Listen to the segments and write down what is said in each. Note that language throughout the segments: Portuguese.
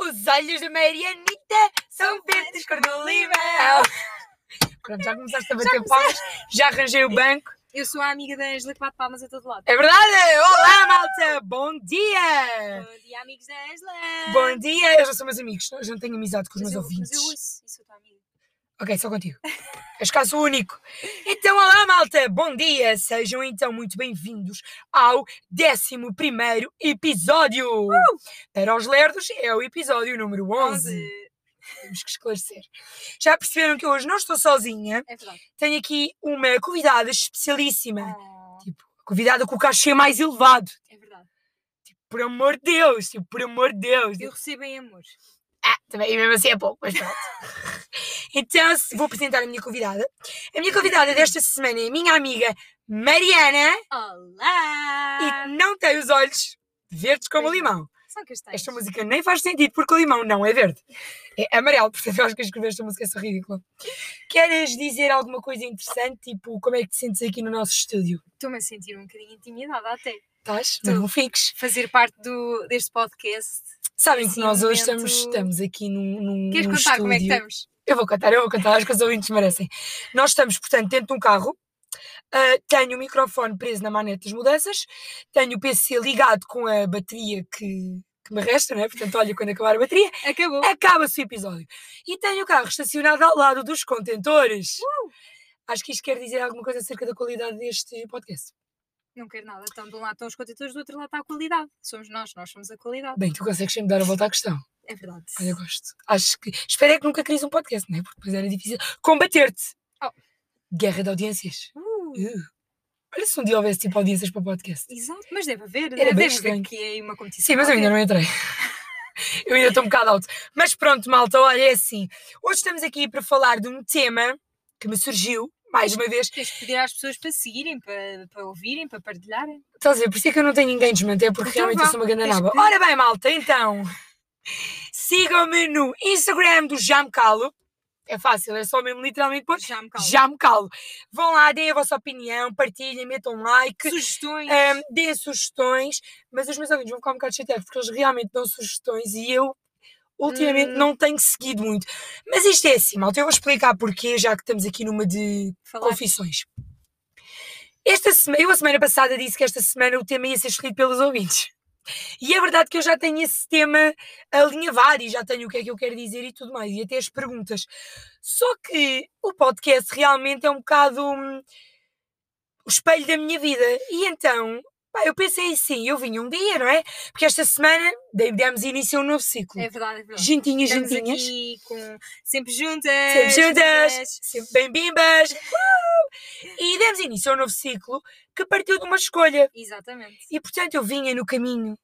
Os olhos da Marianita são verdes cor do limão. Pronto, já começaste a bater palmas, já arranjei o banco. Eu sou a amiga da Angela que bate palmas a todo lado. É verdade! Olá, malta! Bom dia! Bom dia, amigos da Angela! É. Bom dia! Eles não são meus amigos, eu não tenho amizade com os mas meus eu, ouvintes. Mas eu ouço, isso eu estou amiga. Ok, só contigo. És caso único. Então, olá, malta! Bom dia! Sejam então muito bem-vindos ao 11 episódio! Para os lerdos, é o episódio número 11. Temos que esclarecer. Já perceberam que hoje não estou sozinha. É verdade. Tenho aqui uma convidada especialíssima. Ah, Tipo, convidada com o cachê mais elevado. é verdade. Por amor de Deus, tipo, por amor de Deus. Eu recebo em amor. Ah, também, e mesmo assim é pouco, mas pronto. então, se- vou apresentar a minha convidada. A minha convidada desta semana é a minha amiga Mariana Olá! e não tem os olhos verdes como o Pois limão. São castanhos. Esta é música nem faz sentido porque o limão não é verde. É amarelo, portanto eu acho que escrever esta música é só ridícula. Queres dizer alguma coisa interessante, tipo como é que te sentes aqui no nosso estúdio? Estou-me a sentir um bocadinho intimidada até. Estás? Tô. Não fiques. Fazer parte do, deste podcast. Sabem que Assim, nós um hoje estamos, momento- estamos aqui num, num, Queres num contar como é que estúdio. estamos? Eu vou cantar, eu vou cantar, acho que os ouvintes merecem. Nós estamos, portanto, dentro de um carro. ah, tenho o microfone preso na manete das mudanças. Tenho o PC ligado com a bateria que, que me resta, não é? Portanto, olha, quando acabar a bateria, Acabou. acaba-se o episódio. E tenho o carro estacionado ao lado dos contentores. Acho que isto quer dizer alguma coisa acerca da qualidade deste podcast. Não quero nada. Estão de um lado estão os contentores, do outro lado está a qualidade. Somos nós, nós somos a qualidade. Bem, tu consegues sempre dar a volta à questão. É verdade. Olha, gosto. Acho que. Espero é que nunca crias um podcast, não é? Porque depois era difícil combater-te. Oh. Guerra de audiências. Uh, Uh. Olha se um dia houvesse tipo audiências para o podcast. Exato, mas deve haver. Era bem deve estranho. haver aqui aí uma competição. Sim, mas eu ainda não entrei. Eu ainda estou um bocado alto. Mas pronto, malta, olha, é assim. Hoje estamos aqui para falar de um tema que me surgiu, mais uma vez. Tens de pedir às pessoas para seguirem, para, para ouvirem, para partilharem. Estás a ver? Por isso é que eu não tenho engagement, é porque Então realmente eu vá, sou uma grande tens naba. que- Ora bem, malta, então. Sigam-me no Instagram do Jam Calo. É fácil, é só mesmo literalmente pôr Já me calma. Já me calo. Vão lá, deem a vossa opinião, partilhem, metam um like, Sugestões. ehm, deem sugestões, mas os meus amigos vão ficar um bocado chateados porque eles realmente dão sugestões e eu ultimamente Hum. não tenho seguido muito. Mas isto é assim, malta, eu vou explicar porquê, já que estamos aqui numa de falar. confissões. Esta semana, eu a semana passada disse que esta semana o tema ia ser escolhido pelos ouvintes. E é verdade que eu já tenho esse tema alinhavado e já tenho o que é que eu quero dizer e tudo mais, e até as perguntas. Só que o podcast realmente é um bocado hum, o espelho da minha vida. E então, pá, eu pensei assim, eu vim um dia, não é? Porque esta semana de- demos início a um novo ciclo. É verdade, é verdade. Gentinhas, Estamos gentinhas. aqui com... sempre juntas. Sempre juntas, meninas. sempre bem-bimbas. Uau! E demos início a um novo ciclo que partiu de uma escolha. Exatamente. E portanto eu vinha no caminho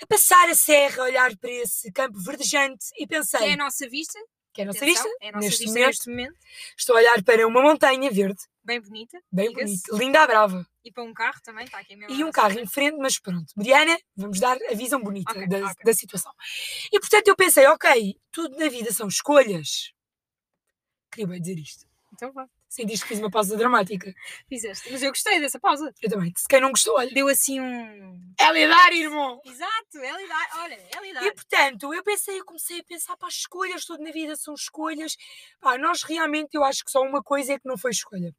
a passar a serra, a olhar para esse campo verdejante e pensei: Que é a nossa vista. que é a nossa atenção, vista? É a nossa neste vista momento. neste momento. Estou a olhar para uma montanha verde, Bem bonita. bem diga-se. bonita, linda à brava. E para um carro também, está aqui mesmo. à E um nossa carro em frente. frente, mas pronto. Mariana, vamos dar a visão bonita Ok, da, ok. da situação. E portanto eu pensei: ok, tudo na vida são escolhas. Queria bem dizer isto. Então vá. Sentiste que fiz uma pausa dramática. Fizeste. Mas eu gostei dessa pausa. Eu também. Se quem não gostou, olha. Deu assim um. Ela é dar, irmão! Exato, ela e dá. Olha, é ela e dá. E portanto, eu pensei, eu comecei a pensar para as escolhas, tudo na vida são escolhas. Pá, nós realmente, eu acho que só uma coisa é que não foi escolha.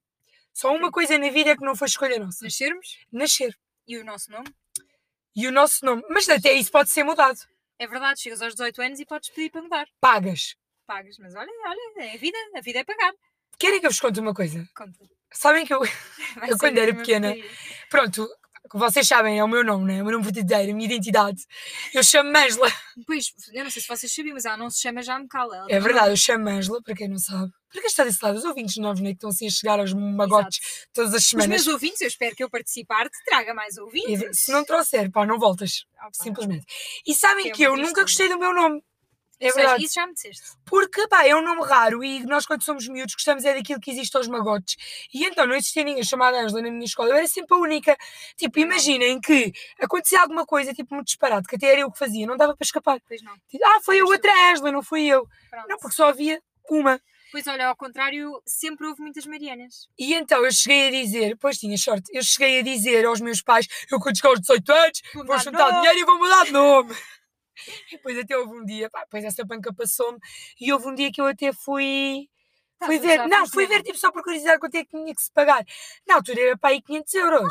Só uma Ok. coisa na vida é que não foi escolha nossa: Nascermos nascer. e o nosso nome. E o nosso nome. Mas até isso pode ser mudado. É verdade, chegas aos 18 anos e podes pedir para mudar. Pagas. Pagas, mas olha, olha, é a vida, a vida é pagar. Querem que eu vos conte uma coisa? Conta. Sabem que eu. Vai Eu ser quando era uma pequena- porcaria. Pronto, vocês sabem, é o meu nome, né? É o meu nome verdadeiro, a minha identidade. Eu chamo Angela. Pois, eu não sei se vocês sabiam, mas ela não se chama já Cala. ela É tem um verdade, eu chamo Angela, para quem não sabe. Para quem está desse lado, os ouvintes novos, né? Que estão assim a chegar aos nome. magotes Exato. todas as Os semanas. meus ouvintes, eu espero que eu participar, te traga mais ouvintes. E se não trouxer, pá, não voltas. Ah, pá. simplesmente. E sabem Que é que eu muito nunca triste. gostei do meu nome. É Isso verdade. Isso já me disseste. Porque, pá, é um nome raro e nós, quando somos miúdos, gostamos é daquilo que existe aos magotes. E então não existia ninguém chamada Ângela na minha escola. Eu era sempre a única. Uhum. Tipo, imaginem que acontecia alguma coisa, tipo, muito disparado, que até era eu que fazia, não dava para escapar. Pois é. não. Tipo, ah, foi a Eras tu. outra Ângela, não fui eu. Pronto. Não, porque só havia uma. Pois olha, ao contrário, sempre houve muitas Marianas. E então eu cheguei a dizer, pois tinha sorte, eu cheguei a dizer aos meus pais, eu quando chegar aos 18 anos, Vou vou mudar de juntar nome. dinheiro e vou mudar de nome. E depois até houve um dia, pá, depois essa banca passou-me e houve um dia que eu até fui. Tá, fui tu já ver, não, foste fui ver tipo só por curiosidade quanto é que tinha que se pagar. Na altura era para aí 500 euros.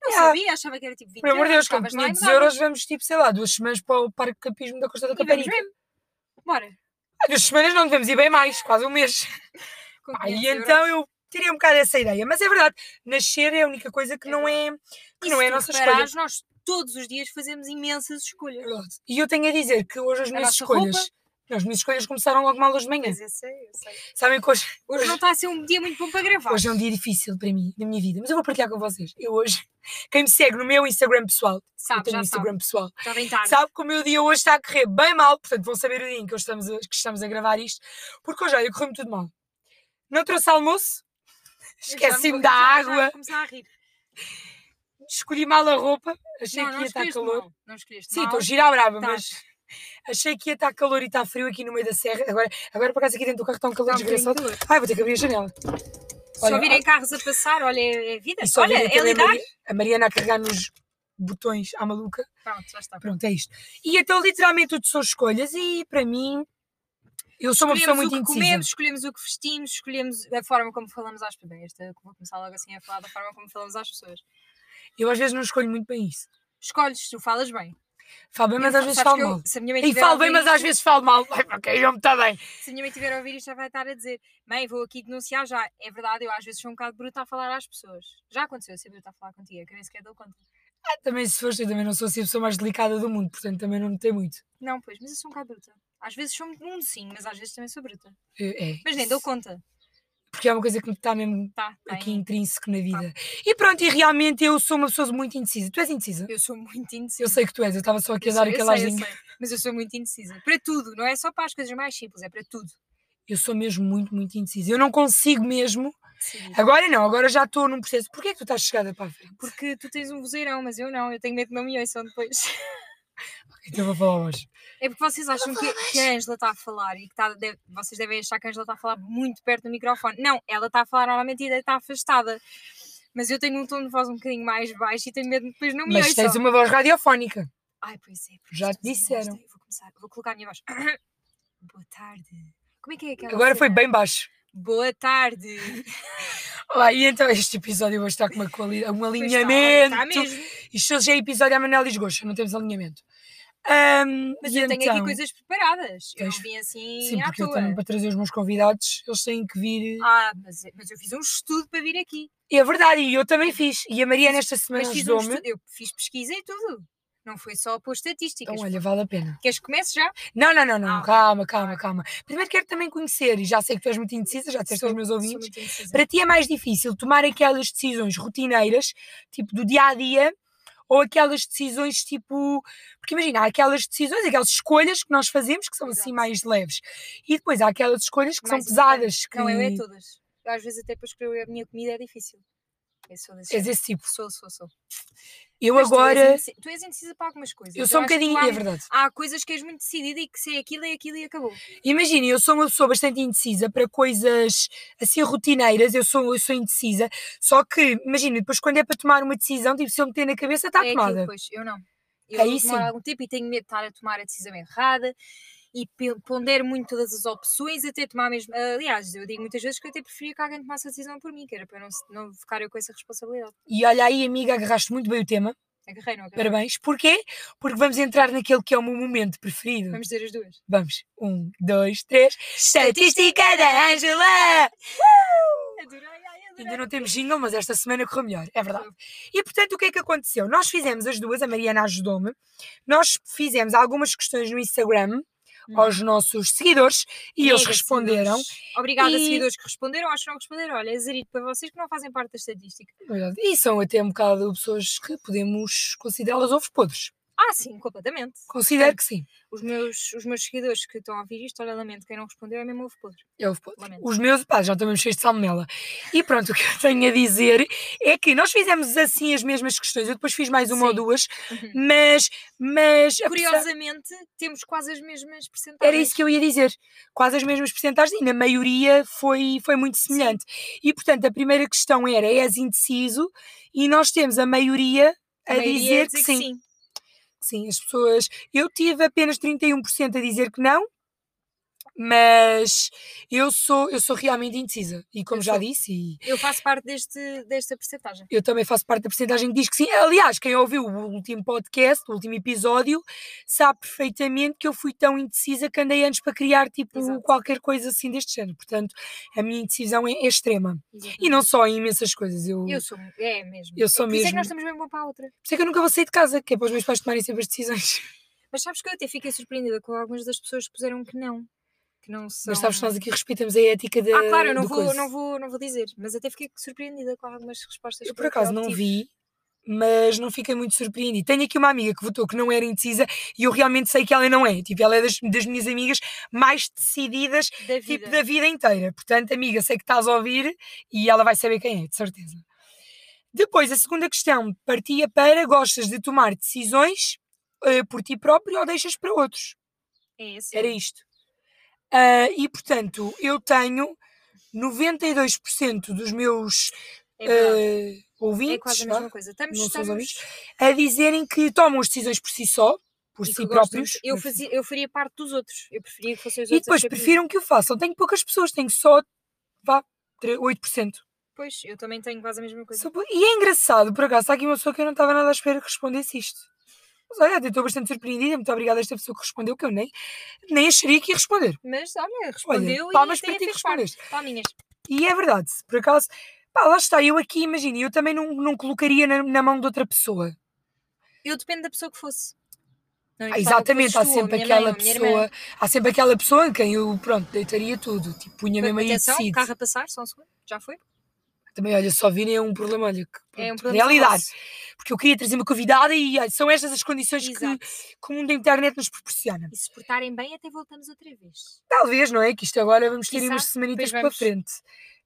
Não Yeah. sabia, achava que era tipo 20 é. Pelo amor de euros, Deus, com Ah, estavas lá e 500 mudavas. euros vamos tipo, sei lá, duas semanas para o Parque de Campismo da Costa da E vamos Caparica. mesmo. Bora. Ah, Duas semanas não devemos ir bem mais, quase um mês. Com Pá, 500 e euros. então eu tirei um bocado essa ideia. Mas é verdade, nascer é a única coisa que É não é, que E não se é a tu nossa escolha. reparares, nós todos os dias fazemos imensas É escolhas. verdade. E eu tenho a dizer que hoje as minhas nossa roupa. escolhas. não, As minhas escolhas começaram logo mal hoje de manhã. Mas eu sei, eu sei. Sabem que hoje, Hoje não está a ser um dia muito bom para gravar. hoje é um dia difícil para mim, na minha vida, mas eu vou partilhar com vocês. Eu hoje, quem me segue no meu Instagram pessoal, eu Sabe, tenho um Ah, já Ah, Instagram sabe. pessoal, Já vem tarde. sabe que o meu dia hoje está a correr bem mal, portanto vão saber o dia em que, hoje estamos a, que estamos a gravar isto, porque hoje, olha, correu-me tudo mal. Não trouxe almoço, Eu já me esqueci-me vou- da já- já vou água, começar a rir. escolhi mal a roupa, achei Não, que não ia estar escolheste calor. mal. Não escolheste Sim, mal. estou a girar brava, Tá. mas achei que ia estar calor e está frio aqui no meio da serra. Agora, agora por acaso aqui dentro do carro está um calor Está um bocadinho desgraçado. de calor. Ai, vou ter que abrir a janela. Se Olha, ouvirem carros a passar, olha, é é vida. E só Olha, ouvirem é também a, lidar. Mari- a Mariana a carregar nos botões à maluca. Pronto, já está. Pronto, é isto. E então, literalmente, tudo são escolhas. E para mim, eu sou uma pessoa Escolhemos muito o que indecisa. comemos, escolhemos o que vestimos, escolhemos a forma como falamos às pessoas. Bem, esta, vou começar logo assim a falar da forma como falamos às pessoas. Eu às vezes não escolho muito bem isso. Escolhes, tu falas bem. Falo bem, mas Eu- às vezes sabes falo que eu- mal. se a minha mãe E tiver a falo bem, ouvir mas às isto- vezes falo mal. ok, não me está tá bem. Se a minha mãe estiver a ouvir isto, já vai estar a dizer: Mãe, vou aqui denunciar já. É verdade, eu às vezes sou um bocado bruta a falar às pessoas. Já aconteceu ser bruta a falar contigo, é que eu nem sequer dou conta. Ah, também se fosse, eu também não sou assim a pessoa mais delicada do mundo, portanto também não me tem muito. Não, pois, mas eu sou um bocado bruta. Às vezes sou um sim, mas às vezes também sou bruta. É, é. Mas nem dou conta. Porque é uma coisa que me está mesmo Tá, tá aqui em- intrínseco na vida. E pronto, e realmente eu sou uma pessoa muito indecisa. Tu és indecisa? Eu sou muito indecisa. Eu sei que tu és, eu estava só aqui a Eu dar sei, eu aquela sei, eu ajudinha. sei, Mas eu sou muito indecisa. Para tudo, não é só para as coisas mais simples, é para tudo. Eu sou mesmo muito, muito indecisa. Eu não consigo mesmo. decidir. Agora não, agora já estou num processo. Porquê é que tu estás chegada para a frente? Porque tu tens um vozeirão, mas eu não, eu tenho medo que não me ouçam depois. Então vou falar hoje. É porque vocês acham que, que a Angela está a falar e que tá- deve- vocês devem achar que a Angela está a falar muito perto do microfone. Não, ela está a falar normalmente e está afastada. Mas eu tenho um tom de voz um bocadinho mais baixo e tenho medo que depois não me Mas ouçam. tens uma voz radiofónica. Ai, pois é. pois Já estamos te em agosto, disseram. eu é, Vou começar, vou colocar a minha voz. Boa tarde. Como é que é aquela Agora foi cena? bem baixo. Boa tarde. Olá, e então este episódio hoje está com uma qualidade, um Pois está, olha, alinhamento. está mesmo. Isto hoje é episódio à Manel Lisgocha, não temos alinhamento. Ahm, Mas e eu tenho aqui então- coisas preparadas. Eu não Tens- vim assim Sim, à porque eu toa. também para trazer os meus convidados, eles têm que vir. Ah, mas, mas eu fiz um estudo para vir aqui. É verdade, e eu também fiz. E a Maria Fiz- nesta semana Mas fiz um ajudou-me. estudo, eu fiz pesquisa e tudo. Não foi só pôr estatísticas. Então, olha, vale a pena. Queres que comece já? Não, não, não, não. Ah, ok. calma, calma, calma. Primeiro quero também conhecer, e já sei que tu és muito indecisa, já disseste aos meus ouvintes. Para ti é mais difícil tomar aquelas decisões rotineiras, tipo do dia a dia, ou aquelas decisões tipo. Porque imagina, há aquelas decisões, aquelas escolhas que nós fazemos que são assim Exato. mais leves. E depois há aquelas escolhas que Mais são pesadas. Que Não, eu é todas. Eu, às vezes até para escrever a minha comida é difícil. Eu sou desse És género. esse tipo. Sou, sou, sou. Eu Mas tu és agora. indeci- Tu és indecisa para algumas coisas. Eu sou um acho que tu bocadinho. há- É verdade. Há coisas que és muito decidida e que se é aquilo, é aquilo e acabou. Imagina, eu sou uma pessoa bastante indecisa para coisas assim rotineiras, eu sou, eu sou indecisa, só que imagina, depois quando é para tomar uma decisão, tipo, se eu meter na cabeça, está é aquilo, tomada. pois. Eu não. Eu Aí demoro sim. algum tempo e tenho medo de estar a tomar a decisão errada e pe- pondero muito todas as opções até tomar mesmo. Aliás, eu digo muitas vezes que eu até preferia que alguém tomasse a decisão por mim, que era para não, se- não ficar eu É. com essa responsabilidade. E olha aí, amiga, agarraste muito bem o tema, Agarrei, não agarrei. parabéns. Porquê? Porque vamos entrar naquele que é o meu momento preferido. Vamos dizer as duas. Vamos, um, dois, três. Estatística da Ângela! Uh! Adorei, ai, adorei. Ainda não temos jingle, mas esta semana correu melhor, é verdade. E portanto, o que é que aconteceu? Nós fizemos as duas, a Mariana ajudou-me, nós fizemos algumas questões no Instagram. Hum. aos nossos seguidores e eles Mega responderam. é seguidores. Obrigada, E- seguidores que responderam. Acho que não responderam. Olha, é zerito para vocês que não fazem parte da estatística. Verdade. E são até um bocado pessoas que podemos considerá-las ovos podres. Ah, sim, completamente. Considero que sim. Os meus, os meus seguidores que estão a ouvir isto, olha, lamento, quem não respondeu é mesmo ovo podre. É ovo podre. Lamento. Os meus, pá, já estão mesmo cheios de salmonela. E pronto, o que eu tenho a dizer é que nós fizemos assim as mesmas questões. Eu depois fiz mais uma ou Sim. duas, Uhum. mas. mas apesar- Curiosamente, temos quase as mesmas percentagens. Era isso que eu ia dizer. Quase as mesmas percentagens e na maioria foi, foi muito semelhante. E portanto, a primeira questão era: és indeciso? E nós temos a maioria a, dizer, que sim. sim, as pessoas. Eu tive apenas 31% a dizer que não, mas eu sou, eu sou realmente indecisa. E como Eu já sou. disse, e Eu faço parte deste, desta percentagem. eu também faço parte da porcentagem que diz que sim. Aliás, quem ouviu o último podcast, o último episódio, sabe perfeitamente que eu fui tão indecisa que andei antes para criar tipo Exato. qualquer coisa assim deste género. Portanto, a minha indecisão é, é extrema. E não só em imensas coisas. Eu, Uhum. Eu sou, é mesmo. Eu sou Por isso é que mesmo. nós estamos mesmo uma para a outra. Por isso é que eu nunca vou sair de casa, que é para os meus pais tomarem sempre as decisões. Mas sabes que eu até fiquei surpreendida com algumas das pessoas que puseram que não. Que não são... Mas sabes que nós aqui respeitamos a ética da. Ah, claro, eu não do vou, coisa. não, vou, não vou dizer. Mas até fiquei surpreendida com algumas respostas. Eu que é tipo por acaso não obtive. vi, mas não fiquei muito surpreendida. Tenho aqui uma amiga que votou que não era indecisa e eu realmente sei que ela não é. Tipo, ela é das, das minhas amigas mais decididas, Da vida. tipo, da vida inteira. Portanto, amiga, sei que estás a ouvir e ela vai saber quem é, de certeza. Depois, a segunda questão partia para gostas de tomar decisões eh, por ti próprio ou deixas para outros? É esse. Era isto. Ah, e portanto, eu tenho 92% dos meus É verdade. eh, ouvintes É quase a vá, mesma coisa. Estamos, não são os estamos... amigos, a dizerem que tomam as decisões por si só, por e que si gostam- próprios. Eu, no fundo. fazia, eu faria parte dos outros. Eu preferia que fossem os e outros. a depois escolher por mim. prefiram que o façam. Tenho poucas pessoas, tenho só vá, tre- 8%. Pois, eu também tenho quase a mesma coisa. Só pou- E é engraçado, por acaso, há aqui uma pessoa que eu não estava nada à espera que respondesse isto. Mas olha, eu estou bastante surpreendida, muito obrigada a esta pessoa que respondeu, que eu nem, nem acharia que ia responder. Mas olha, respondeu Olha, e palmas até para ti que fez parte. respondeste. Palminhas. E é verdade, por acaso, pá, lá está, eu aqui, imagina, eu também não, não colocaria na, na mão de outra pessoa. Eu dependo da pessoa que fosse. Não Ah, importava que exatamente, há fosses tu, ou a sempre minha mãe, aquela ou a minha irmã. pessoa, há sempre aquela pessoa em quem eu, pronto, deitaria tudo, tipo, punha mesmo aí e Atenção, decide. carro a passar, só um segundo. Já foi? Também, olha, só virem é um problema, olha, que, É um pronto, problema. realidade, nosso. porque eu queria trazer uma convidada e olha, são estas as condições que, Exato. que o mundo da internet nos proporciona. E se portarem bem, até voltamos outra vez. Talvez, não é? Que isto agora vamos ter Quiçá, umas semanitas depois para vamos. frente.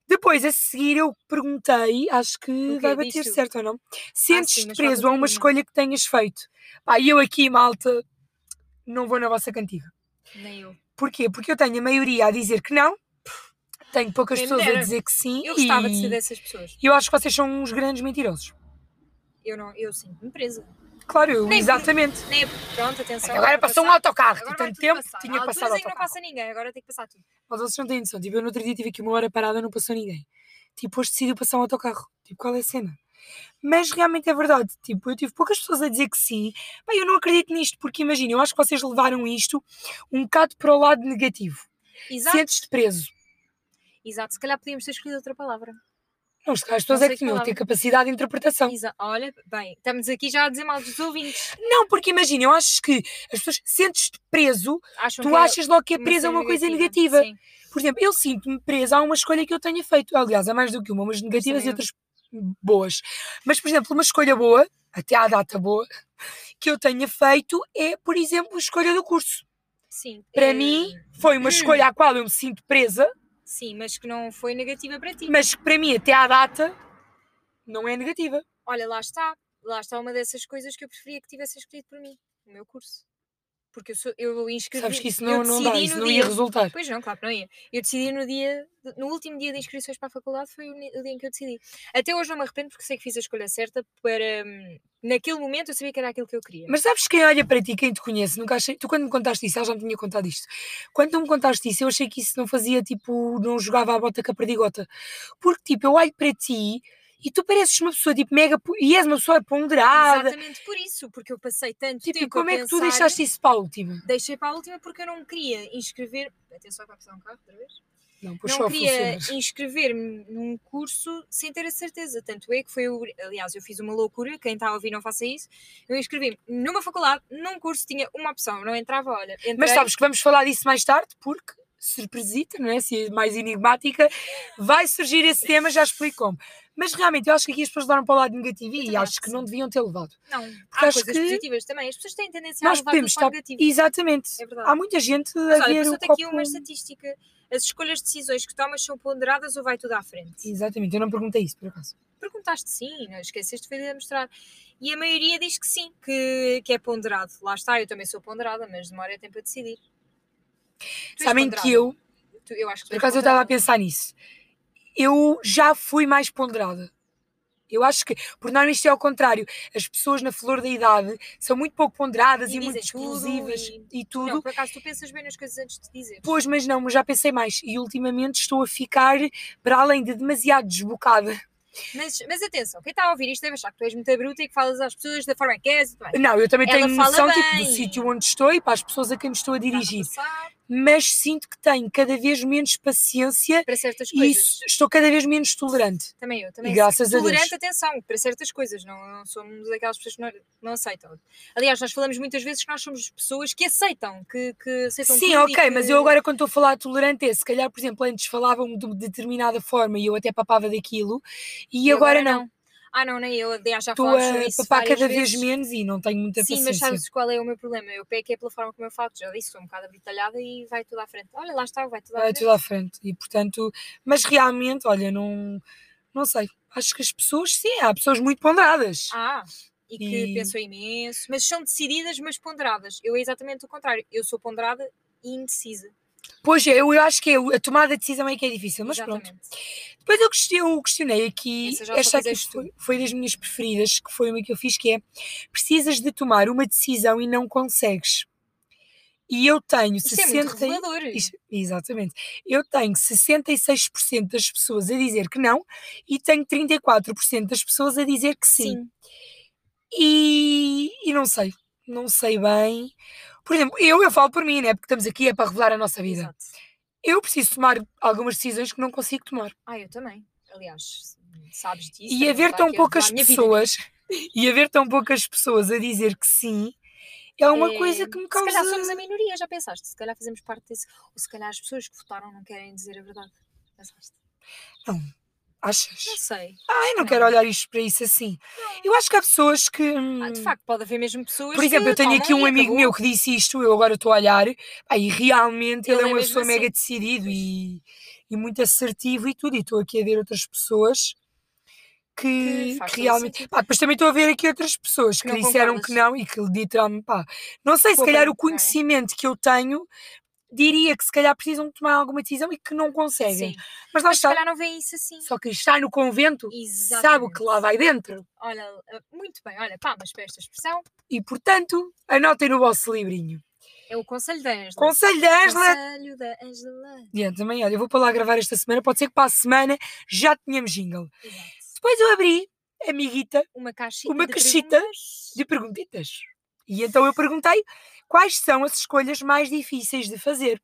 Depois, a seguir, eu perguntei, acho que quê? vai bater Diz tu. certo ou não. Sentes-te é Ah, sim, mas falta preso a um uma bocadinho. escolha que tenhas feito. Pá, e eu aqui, malta, não vou na vossa cantiga. Nem eu. Porquê? Porque eu tenho a maioria a dizer que não, tenho poucas Quem me pessoas a dera. dizer que sim. Eu gostava de e ser dessas pessoas. Eu acho que vocês são uns grandes mentirosos. Eu não, eu sinto-me presa. Claro, eu- Nem- exatamente. Nem pronto, atenção. Agora vai passou um passar. autocarro, tem Agora vai tanto tudo tempo passar. tinha Há passado alturas em que não autocarro. passa ninguém, agora tem que passar tudo. Mas vocês não têm noção. Tipo, eu no outro dia tive aqui uma hora parada, não passou ninguém. Tipo, hoje decidiu passar um autocarro. Tipo, qual é a cena? Mas realmente é verdade. Tipo, eu tive poucas pessoas a dizer que sim. Bem, eu não acredito nisto, porque imagina, eu acho que vocês levaram isto um bocado para o lado negativo. Exato, Sentes-te preso. exato. Se calhar podíamos ter escolhido outra palavra. Não, se calhar as pessoas sei é que que tinham de ter palavra. capacidade de interpretação. Exa- Olha, bem, estamos aqui já a dizer mal dos ouvintes. Não, porque imagina, eu acho que as pessoas sentes-te preso, Acham tu que é achas logo que é preso a cena uma coisa negativa. Sim. Por exemplo, eu sinto-me presa a uma escolha que eu tenha feito. Aliás, há mais do que uma, umas negativas também e eu. outras boas. Mas, por exemplo, uma escolha boa, até à data boa, que eu tenha feito é, por exemplo, a escolha do curso. Sim. Para eh, mim, foi uma escolha à qual eu me sinto presa, Sim, mas que não foi negativa para ti. mas que para mim, até à data, não é negativa. Olha, lá está. Lá está uma dessas coisas que eu preferia que tivesse escolhido por mim, o meu curso. Porque eu, sou, eu inscrevi. Sabes que isso eu não, não dá, decidi isso no não dia- ia resultar. Pois não, claro que não ia. Eu decidi no dia, de- no último dia de inscrições para a faculdade, foi o ni- o dia em que eu decidi. Até hoje não me arrependo porque sei que fiz a escolha certa para. hum, Naquele momento eu sabia que era aquilo que eu queria. Mas sabes quem olha para ti, quem te conhece, nunca achei. Tu quando me contaste isso, ela já me tinha contado isto. Quando tu me contaste isso, eu achei que isso não fazia tipo, não jogava a bota com a perdigota. Porque tipo, eu olho para ti e tu pareces uma pessoa tipo mega. po- e és uma pessoa ponderada. Exatamente por isso, porque eu passei tanto Ah, Tipo, e tempo. como a é que tu pensar- deixaste isso para a última? Deixei para a última porque eu não queria inscrever. Atenção, vai precisar um carro outra vez. Não, pois não só queria funcionas. inscrever-me num curso sem ter a certeza. Tanto é que foi. o- Aliás, eu fiz uma loucura, quem está a ouvir não faça isso. Eu inscrevi-me numa faculdade, num curso, tinha uma opção, não entrava, olha. Entrei, Mas sabes que vamos falar disso mais tarde, porque surpresita, não é? Se é mais enigmática, vai surgir esse tema, já explico como. Mas realmente, eu acho que aqui as pessoas levaram para o lado negativo e também acho acho que que não deviam ter levado. Não, há acho coisas que positivas também. As pessoas têm tendência nós a levar tudo podemos para estar. o negativo. Exatamente. É verdade. Há muita gente Mas a olha, ver passou o até aqui copo. uma estatística. As escolhas de decisões que tomas são ponderadas ou vai tudo à frente? Exatamente, eu não perguntei isso por acaso. perguntaste sim, não esqueceste foi de mostrar. E a maioria diz que sim, que, que é ponderado. Lá está, eu também sou ponderada, mas demora é tempo a decidir. Tu és Sabem ponderada? que eu, Tu- eu acho que tu por és acaso eu estava a ponderada. pensar nisso, eu já fui mais ponderada. Eu acho que, por norma, isto é ao contrário. As pessoas na flor da idade são muito pouco ponderadas e, E muito dizem tudo explosivas e, tudo. Não, por acaso tu pensas bem nas coisas antes de dizer. Pois, mas não, mas já pensei mais. E ultimamente estou a ficar, para além de demasiado desbocada. Mas, mas atenção, quem está a ouvir isto deve achar que tu és muito bruta e que falas às pessoas da forma que és e tudo bem. Não, eu também Ela tenho fala noção tipo, do bem. sítio onde estou e para as pessoas a quem me estou a Estás a dirigir. passar Mas sinto que tenho cada vez menos paciência Para certas e coisas. s- estou cada vez menos tolerante. Também eu, também E sou graças a Deus. tolerante, é atenção, para certas coisas, não, não somos aquelas pessoas que não, não aceitam. Aliás, nós falamos muitas vezes que nós somos pessoas que aceitam, que, que aceitam Sim, tudo e ok, que- mas eu agora quando estou a falar tolerante é, se calhar, por exemplo, antes falavam-me de uma determinada forma e eu até papava daquilo e, agora, não. Ah, não, nem eu, aliás, já Estou falámos sobre a isso papar várias cada vezes. vez menos e não tenho muita Sim, mas paciência. sabes qual é o meu problema? Eu pego é pela forma como eu falo, já disse, sou um bocado abritalhada e vai tudo à frente. Olha, lá está, vai tudo à Vai frente. tudo à frente. E portanto, mas realmente, olha, não, não sei. Acho que as pessoas, sim, há pessoas muito ponderadas. Ah, e que E- pensou imenso, mas são decididas, mas ponderadas. Eu é exatamente o contrário, eu sou ponderada e indecisa. Pois é, eu, eu acho que é, a tomada de decisão é que é difícil, mas pronto. exatamente. Depois eu, questi- eu questionei aqui, Essa já só esta aqui fizeste tu. foi, foi das minhas preferidas, que foi uma que eu fiz, que é precisas de tomar uma decisão e não consegues. E eu tenho Isso é muito 60. revelador. Isto- Exatamente. Eu tenho 66% das pessoas a dizer que não e tenho 34% das pessoas a dizer que sim. Sim. E, e não sei, não sei bem. Por exemplo, eu, eu falo por mim, né? Porque estamos aqui é para revelar a nossa vida. Exato. Eu preciso tomar algumas decisões que não consigo tomar. Ah, eu também. Aliás, sabes disso. e também haver não é? está tão aqui a revelar poucas a minha vida. pessoas e haver tão poucas pessoas a dizer que sim é uma É, coisa que me causa Se calhar somos a minoria, já pensaste? Se calhar fazemos parte desse. Ou se calhar as pessoas que votaram não querem dizer a verdade. Pensaste? Não achas sei. ai não quero olhar isto para isso assim eu acho que há pessoas que Ah, hum, de facto, pode haver mesmo pessoas. por exemplo que eu tenho aqui tomam um e amigo acabou. meu que disse isto eu agora estou a olhar pá, e realmente ele, Ele é é uma mesmo pessoa mega assim. decidido e, e muito assertivo e tudo e estou aqui a ver outras pessoas que, Que faz que todo realmente. sentido. Pá, depois também estou a ver aqui outras pessoas que Que não disseram que não e que literalmente, pá, não sei, se Poupa, calhar não o é? conhecimento que eu tenho diria que se calhar precisam de tomar alguma decisão e que não conseguem. Sim. Mas lá Mas se está, calhar não vê isso assim. só que está no convento, sabe o que lá vai dentro. Olha, ah, muito bem, olha, palmas para esta expressão. E portanto, anotem no vosso livrinho. É o conselho da Angela. Conselho da Angela. Conselho da Angela. E eu também, olha, eu vou para lá gravar esta semana, pode ser que para a semana já tenhamos jingle. Exato. Depois eu abri, amiguita, Uma caixita. Uma de caixita perguntas. de perguntitas. E então eu perguntei quais são as escolhas mais difíceis de fazer.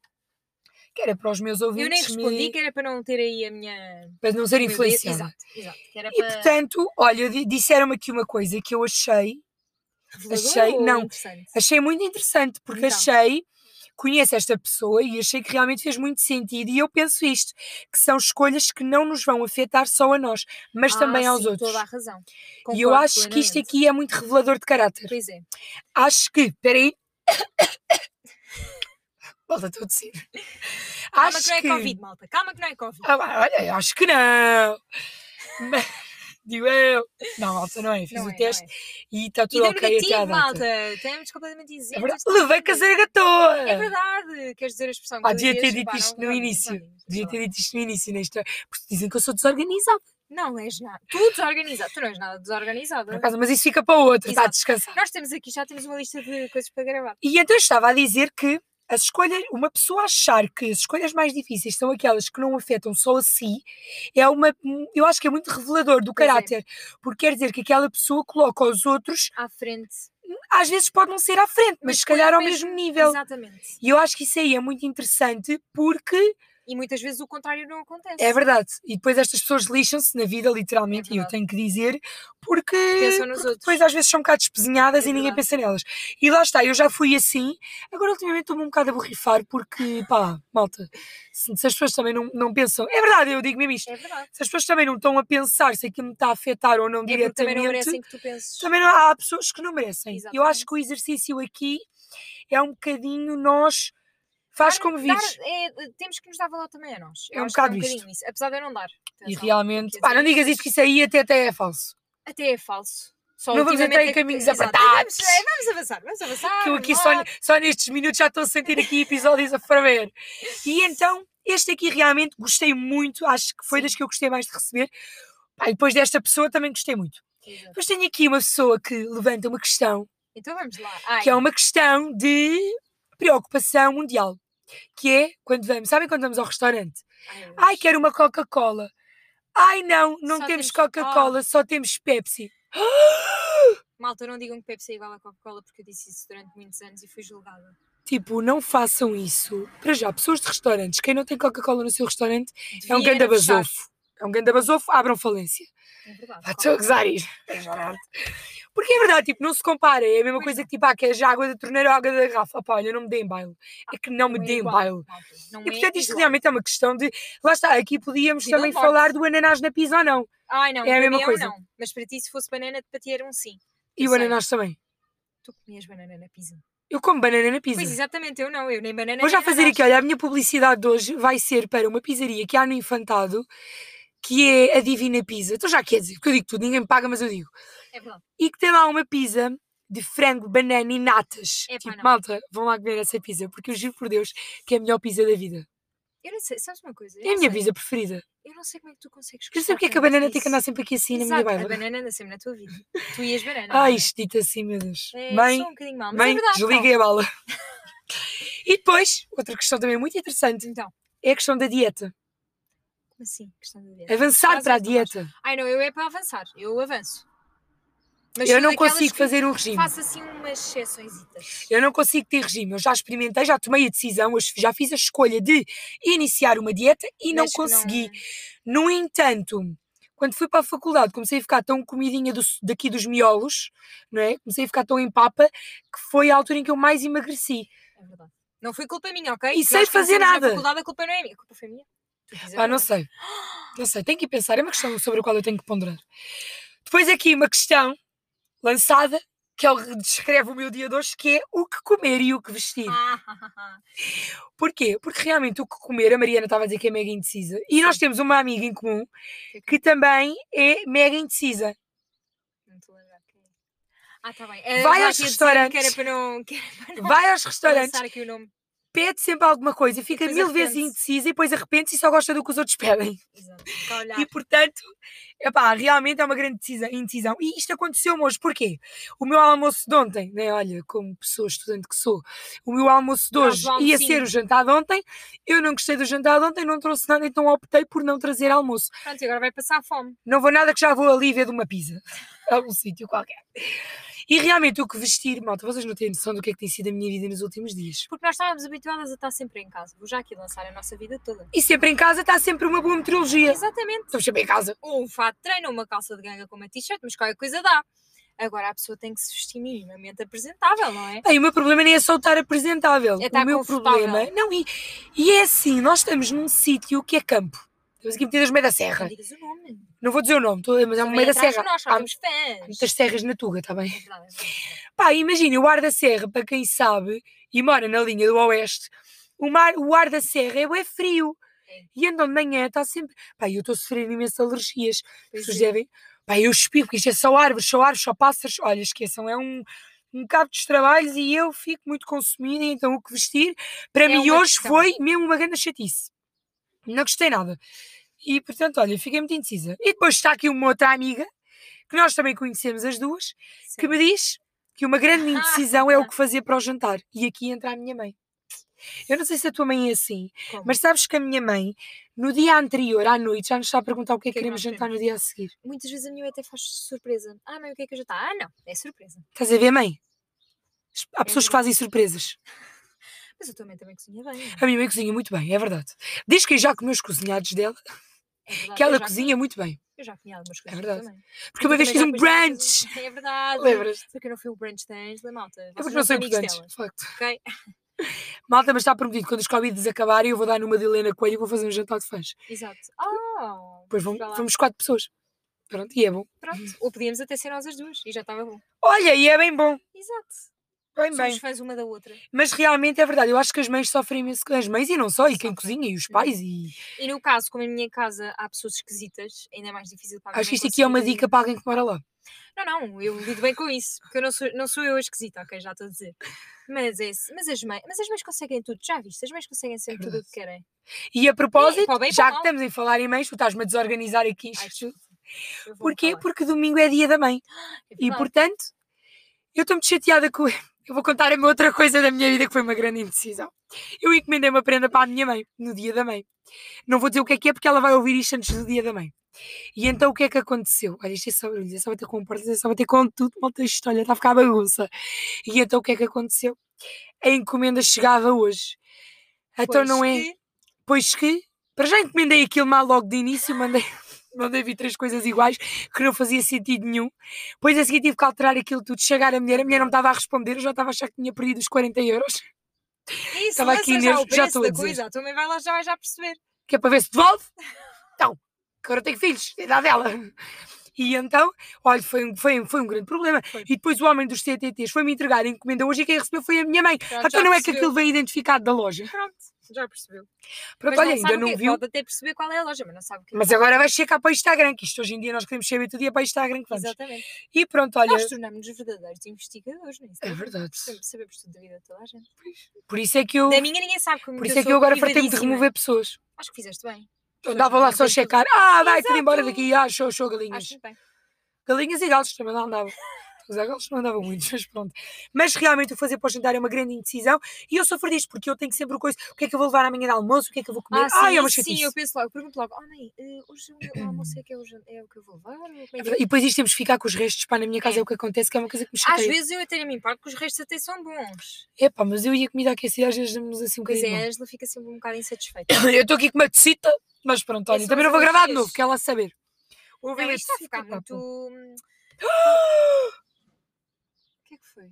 Que era para os meus ouvintes, Eu nem respondi me- que era para não ter aí a minha. para não ser o meu dedo. influenciada. Exato, exato. Que era E para portanto, olha, di- disseram-me aqui uma coisa que eu achei, revelador achei- ou não, interessante? achei muito interessante, porque Então. achei, conheço esta pessoa e achei que realmente fez muito sentido. E eu penso isto, que são escolhas que não nos vão afetar só a nós, mas Ah, também aos sim, outros. Toda a razão. E eu Concordo acho que isto plenamente. aqui é muito revelador de caráter. Pois é. Acho que. Peraí. Volta, estou a tossir. Calma Acho que não é que. Covid, malta. Calma que não é Covid. Ah, vai, olha, acho que não. Mas- Digo eu. Não, malta, não é. Fiz Não o é, não teste é. e está E tudo deu ok até à negativo, data. malta. Temos completamente É isentos. verdade. desta Levei Covid. caseira gatoa. É verdade. Queres dizer a expressão? Ah, que devia ter dizias? dito Pá, isto não- no não digas, início. não digas, Devia deixa ter lá. dito isto no início, na história. Porque dizem que eu sou desorganizada. Não és nada. Tu desorganizada. Tu não és nada desorganizada. Por acaso, mas isso fica para outro, está a Exato. descansar. Nós temos aqui, já temos uma lista de coisas para gravar. E então eu estava a dizer que as escolhas, uma pessoa achar que as escolhas mais difíceis são aquelas que não afetam só a si, é uma, eu acho que é muito revelador do Pois é. caráter, porque quer dizer que aquela pessoa coloca os outros, À frente. às vezes pode não ser à frente, mas, Mas se põe calhar o ao mesmo- mesmo nível. Exatamente. E eu acho que isso aí é muito interessante porque E muitas vezes o contrário não acontece. é verdade. E depois estas pessoas lixam-se na vida, literalmente, É e eu verdade. tenho que dizer, porque, Pensam nos porque outros. depois às vezes são um bocado despesinhadas É e ninguém verdade. pensa nelas. E lá está, eu já fui assim, agora ultimamente estou-me um bocado a borrifar, porque pá, malta, se, se as pessoas também não, não pensam. É verdade, eu digo mesmo isto. É verdade. Se as pessoas também não estão a pensar se aquilo me está a afetar ou não É porque também diretamente, não merecem que tu penses. também não- há pessoas que não merecem. Eu acho Exatamente. que o exercício aqui é um bocadinho nós faz Dar- como dar- vires. é, temos que nos dar valor também a nós. É um acho que bocado isto. bocadinho isso. Apesar de eu não dar. E atenção. realmente, quer pá, não dizer- digas isto que isso aí até, até é falso. Até é falso. Só Não vamos entrar em ultimamente é que- caminhos Exato. apertados. Vamos, é, vamos avançar, vamos avançar. que eu aqui vamos só, lá. só nestes minutos já estou a sentir aqui episódios a ferver. E então, este aqui realmente gostei muito, acho que foi das que eu gostei mais de receber, Pá, e depois desta pessoa também gostei muito. Exato. Depois tenho aqui uma pessoa que levanta uma questão, Então vamos lá. Ai, que é uma questão de preocupação mundial. Que é quando vamos, sabem quando vamos ao restaurante? ai, meu Ai, Deus. quero uma Coca-Cola. Ai, não, não Só temos temos- Coca-Cola, só temos Pepsi. Malta, não digam que Pepsi é igual a Coca-Cola porque eu disse isso durante muitos anos e fui julgada. Tipo, não façam isso. Para já, pessoas de restaurantes, quem não tem Coca-Cola no seu restaurante é um Devia ganda era fechar. basofo. É um ganda basofo, abram falência. É verdade. Ah, Estou a gozar isto. Porque é verdade, tipo, não se compara. É a mesma Pois coisa que tipo, ah, queres água da torneira ou água da garrafa. Pá, olha, não me deem baile. É que não me Não é deem igual, baile. malta. Não E é portanto, isto igual. realmente é uma questão de. Lá está, aqui podíamos Vida ou também morte. falar do ananás na pizza ou não. Ai, não, é a para mesma mim um coisa. Não. Mas para ti, se fosse banana, para ti era um sim. E Eu o sei. ananás também. Tu comias banana na pizza. Eu como banana na pizza. Pois, exatamente, eu não, eu nem banana. Vou nem já fazer ananás. aqui, olha, a minha publicidade de hoje vai ser para uma pizzaria que há no Infantado, que é a Divina Pizza. Então já quer dizer, porque eu digo tudo, ninguém me paga, mas eu digo. É verdade. E que tem lá uma pizza de frango, banana e natas. Epá, tipo, não. malta, vão lá comer essa pizza, porque eu juro por Deus que é a melhor pizza da vida. Eu não sei, sabes uma coisa? Eu É a não minha sei- pizza preferida. Eu não sei como é que tu consegues Eu não sei gostar porque é que a tanto banana tem que disso. andar sempre aqui assim na minha Exato, baila. A banana anda sempre na tua vida. Tu e as Ai, bananas. não é? isto dito assim, meu Deus. É, Bem, sou um bocadinho mal, mas bem, é verdade. desliguei a bala. e depois, outra questão também muito interessante, Então, então é a questão da dieta. como assim? Questão da dieta. Avançar Faz para a ou não faz? dieta. Ai, não, eu é para avançar. Eu avanço. Mas eu sou não daquelas consigo que fazer um regime. Faço assim umas exceçõesitas. Eu não consigo ter regime. Eu já experimentei, já tomei a decisão, eu já fiz a escolha de iniciar uma dieta e não Mas é. que consegui. No entanto, quando fui para a faculdade, comecei a ficar tão comidinha do- daqui dos miolos, não é? Comecei a ficar tão em papa que foi a altura em que eu mais emagreci. É verdade. Não foi culpa minha, ok? E Se sem nós fazer conhecemos na nada. faculdade, a culpa não é minha. A culpa foi minha. Tu dizes a Ah, não é verdade. sei. Não sei, tenho que ir pensar. É uma questão sobre a qual eu tenho que ponderar. Depois aqui uma questão lançada, que é o que descreve o meu dia de hoje, que é o que comer e o que vestir. Ah, ah, ah, ah. Porquê? Porque realmente o que comer, a Mariana estava a dizer que é mega indecisa. E nós Sim. temos uma amiga em comum Foi que também é mega indecisa. Não estou a lembrar quem é. Ah, tá bem. Eh, Vai já aos tinha de dizer que restaurantes. era para não que era Vai aos para restaurantes, lançar aqui o nome. pede sempre alguma coisa, fica depois mil vezes arrepende-se. indecisa e depois arrepende-se e só gosta do que os outros pedem. Exato. Fica a olhar. E portanto, epá, realmente é uma grande decisa- indecisão. E isto aconteceu-me hoje. Porquê? O meu almoço de ontem, né, olha, como pessoa estudante que sou, o meu almoço de Traz hoje o ia almocinho. ser o jantar de ontem. Eu não gostei do jantar de ontem, não trouxe nada, então optei por não trazer almoço. Pronto, e agora vai passar fome. Não vou nada que já vou ali ver de uma pizza. A um sítio qualquer. E realmente o que vestir, malta, vocês não têm noção do que é que tem sido a minha vida nos últimos dias. Porque nós estávamos habituadas a estar sempre em casa. Vou já aqui lançar a nossa vida toda. E sempre em casa está sempre uma boa meteorologia. Exatamente. Estamos sempre em casa. Ou um fato de treino, ou uma calça de ganga com uma t-shirt, mas qualquer coisa dá. Agora a pessoa tem que se vestir minimamente apresentável, não é? Bem, o meu problema nem é só estar apresentável. É estar o meu confortável. problema. Não, e, e é assim, nós estamos num sítio que é campo. Estamos aqui metidas no meio da Não serra. digas o nome. É. Não vou dizer o nome, tô- mas é no Também meio da atrás de serra. Nós só Há temos fãs. muitas serras na Tuga, está bem? É verdade, é verdade. Pá, imagina, o ar da serra, para quem sabe e mora na linha do oeste, o, mar, o ar da serra é bué frio. É. E andam de manhã, está sempre. Pá, eu estou a sofrer imensas alergias. As Pois pessoas é. devem. Pá, eu espio, porque isto é só árvores, só árvores, só pássaros. Olha, esqueçam, é um, um cabo dos trabalhos e eu fico muito consumida, então o que vestir, para É mim uma hoje questão. foi mesmo uma grande chatice. Não gostei nada. E portanto, olha, fiquei muito indecisa. E depois está aqui uma outra amiga, que nós também conhecemos as duas, que me diz que uma grande indecisão é o que fazer para o jantar. E aqui entra a minha mãe. Eu não sei se a tua mãe é assim, Como? mas sabes que a minha mãe, no dia anterior, à noite, já nos está a perguntar o que é que Que é que queremos nós jantar no dia a seguir. Muitas vezes a minha mãe até faz surpresa. Ah, mãe, o que é que eu já está? Ah, não, é surpresa. Estás a ver, mãe? Es- Há É pessoas que verdade. fazem surpresas. Mas a tua mãe também cozinha bem. não é? A minha mãe cozinha muito bem, é verdade. Diz que eu já comi os cozinhados dela, É verdade, que eu ela já- cozinha muito bem. Eu já comi algumas É coisas verdade. também. Porque uma Eu vez fiz também já um fui já fazer- brunch. É verdade. Lembras? Porque eu não fui o brunch da Angela, malta. É Vocês porque não são são amigos importantes, dela. de facto. Ok? Malta, mas está prometido. Quando os Covides acabarem, eu vou dar numa de Helena Coelho e vou fazer um jantar de fãs. Exato. Oh, Depois vamos, vá lá. vamos quatro pessoas. Pronto, e é bom. Pronto. Ou podíamos até ser nós as duas e já estava bom. Olha, e é bem bom. Exato. Bem, Somos bem. fãs uma da outra. Mas realmente é verdade, eu acho que as mães sofrem imenso. As mães e não só, e quem Sofrem. cozinha, e os pais, e. E no caso, como em minha casa há pessoas esquisitas, ainda é mais difícil para a minha Acho que mãe isto aqui é uma conseguir- dica para alguém que mora lá. Não, não, eu lido bem com isso, porque eu não sou, não sou eu a esquisita, ok, já estou a dizer. Mas, é, isso. mas, as mães, mas as mães conseguem tudo, já viste? As mães conseguem É sempre tudo o que querem. E a propósito, para o bem e para já o que mal. estamos em falar em mães, tu estás-me a desorganizar aqui isto. Ai, tudo. Eu vou Porquê? falar. Porque domingo é dia da mãe. É E verdade. portanto, eu estou muito chateada com. Eu vou contar-me outra coisa da minha vida que foi uma grande indecisão. Eu encomendei uma prenda para a minha mãe no dia da mãe. Não vou dizer o que é que é, porque ela vai ouvir isto antes do dia da mãe. E então o que é que aconteceu? Olha, isto é só barulho, é só bater com portas, é só bater com tudo, malta, isto olha, está a ficar bagunça. E então o que é que aconteceu? A encomenda chegava hoje. Então Pois não é. que- Pois que, para já encomendei aquilo mal logo de início, mandei, mandei vir três coisas iguais que não fazia sentido nenhum. Pois a seguir tive que alterar aquilo tudo, chegar a mulher, a mulher não me estava a responder, eu já estava a achar que tinha perdido os 40 euros, Isso, Estava lança aqui já nervo- o já preço estou a da dizer. coisa. A tua mãe vai lá já, vai já perceber. que é para ver se devolve. Então, que agora tenho filhos, é idade dela. E então, olha, foi, um- foi, um- foi um grande problema. Foi. E depois o homem dos TTTs foi-me entregar a encomenda hoje e quem recebeu foi a minha mãe. Pronto, então Ah, já não é que percebeu. aquilo veio identificado da loja. Pronto, já percebeu. Pronto, Mas olha, sabe ainda o não quê? viu. Pode até perceber qual é a loja, mas não sabe o que Mas agora vai checar para o Instagram, que isto hoje em dia nós queremos saber tudo e é para o Instagram que vamos. Exatamente. E pronto, olha. Nós tornamos-nos verdadeiros investigadores, não é isso? É verdade. Sabemos- Sabemos tudo da vida de toda a gente. Por isso é que eu, Da minha ninguém sabe como por isso é que eu agora fartei-me de privadíssima. remover pessoas. Acho que fizeste bem. Eu Pessoas andava lá que só a não têm tudo. checar. Ah, vai, quero ir embora Exato. daqui. Ah, show, show, galinhas. Acho muito bem. Galinhas e galos também não andavam. Os galos não andavam muito, mas pronto. Mas realmente o fazer para o jantar é uma grande indecisão e eu sofro disto, porque eu tenho sempre coisa. O que é que eu vou levar amanhã de almoço? O que é que eu vou comer? Ah, sim, Ai, é uma isso sim, chatice. eu penso logo, pergunto logo, oh mãe, eh, hoje o almoço é que é, hoje, é o que eu vou levar? Ou como é que É é?" verdade. E depois isto temos que ficar com os restos. Pá, na minha casa é, o que acontece, que é uma coisa que me Às chateia. vezes eu até nem me importo que os restos até são bons. Epá, mas eu e a comida aquecida às vezes damos assim um Pois bocadinho. É, é, mal. a Angela fica sempre um bocado insatisfeita. Eu estou aqui com uma tecita, mas pronto, olha, são também não os vou meus gravar de dias. novo, que ela saber. Ouve Não, a isto está a tecita, ficar pá, muito... pô. hum, O que é que foi?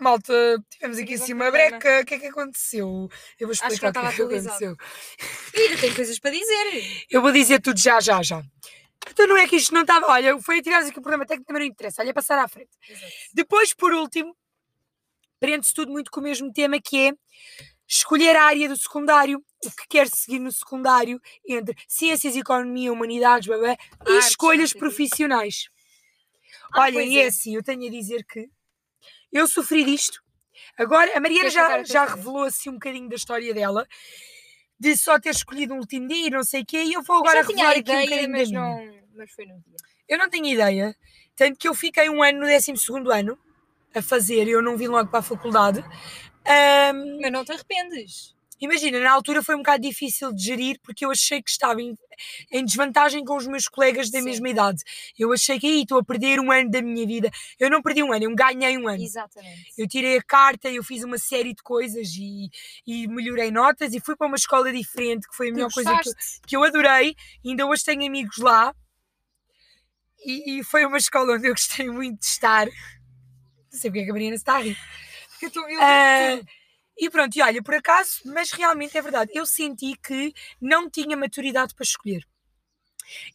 Malta, tivemos aqui Tive um assim uma problema. breca. O que é que aconteceu? Eu vou que não explicar o que estava é que atualizado. aconteceu. E ainda tem coisas para dizer. Eu vou dizer tudo já, já, já. Então não é que isto não estava. Olha, foi tivemos aqui um problema técnico, também não interessa. Olha, é passar à frente. Depois, por último, prende-se tudo muito com o mesmo tema que é escolher a área do secundário, o que quer seguir no secundário, entre ciências, economia, humanidades, babá, e Artes, não escolhas sei o quê. profissionais. Ah, Olha, pois e é é. assim, eu tenho a dizer que eu sofri disto. Agora, a Mariana Queres contar a já, já tua história? revelou assim um bocadinho da história dela, de só ter escolhido um último dia e não sei o quê, e eu vou agora Agora eu já tinha revelar a aqui um ideia, bocadinho da mas, minha. não, mas foi no dia. Eu não tenho ideia. Tanto que eu fiquei um ano no 12 ano a fazer, eu não vim logo para a faculdade. Ahm, Mas não te arrependes. imagina, na altura foi um bocado difícil de gerir porque eu achei que estava em, em desvantagem com os meus colegas da Sim. mesma idade. Eu achei que aí estou a perder um ano da minha vida. Eu não perdi um ano, eu ganhei um ano. Exatamente. Eu tirei a carta, eu fiz uma série de coisas e, e melhorei notas e fui para uma escola diferente, que foi a melhor Tu coisa é que eu, gostaste? que eu adorei. Ainda hoje tenho amigos lá. E, e foi uma escola onde eu gostei muito de estar. Não sei porque é que a Mariana se está a rir. Porque eu tô- eu- Ah, e pronto, e olha, por acaso, mas realmente é verdade, eu senti que não tinha maturidade para escolher.